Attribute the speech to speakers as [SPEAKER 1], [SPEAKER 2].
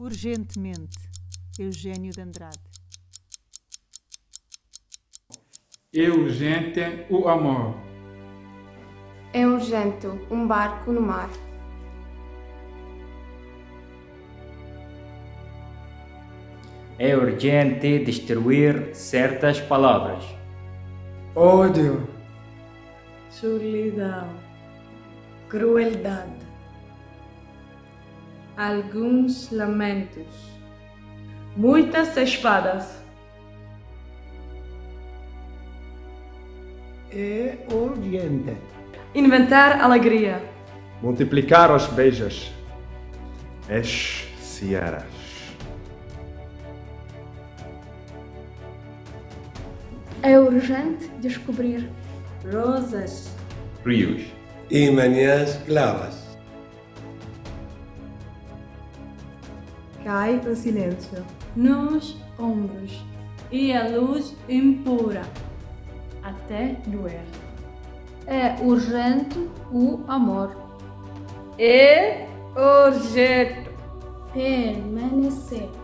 [SPEAKER 1] urgentemente Eugênio de Andrade.
[SPEAKER 2] É urgente o amor.
[SPEAKER 3] É um janto, um barco no mar.
[SPEAKER 4] É urgente destruir certas palavras.
[SPEAKER 5] Ódio.
[SPEAKER 6] solidão, crueldade, alguns lamentos, muitas espadas,
[SPEAKER 7] É urgente.
[SPEAKER 6] inventar alegria,
[SPEAKER 8] Multiplicar os beijos. Ex-ciaras.
[SPEAKER 9] É urgente descobrir.
[SPEAKER 6] rosas,
[SPEAKER 10] rios,
[SPEAKER 11] e manhãs claras.
[SPEAKER 12] Cai o silêncio.
[SPEAKER 6] nos ombros e a luz impura até doer.
[SPEAKER 9] É urgente o amor.
[SPEAKER 6] É urgente
[SPEAKER 9] Permanecer.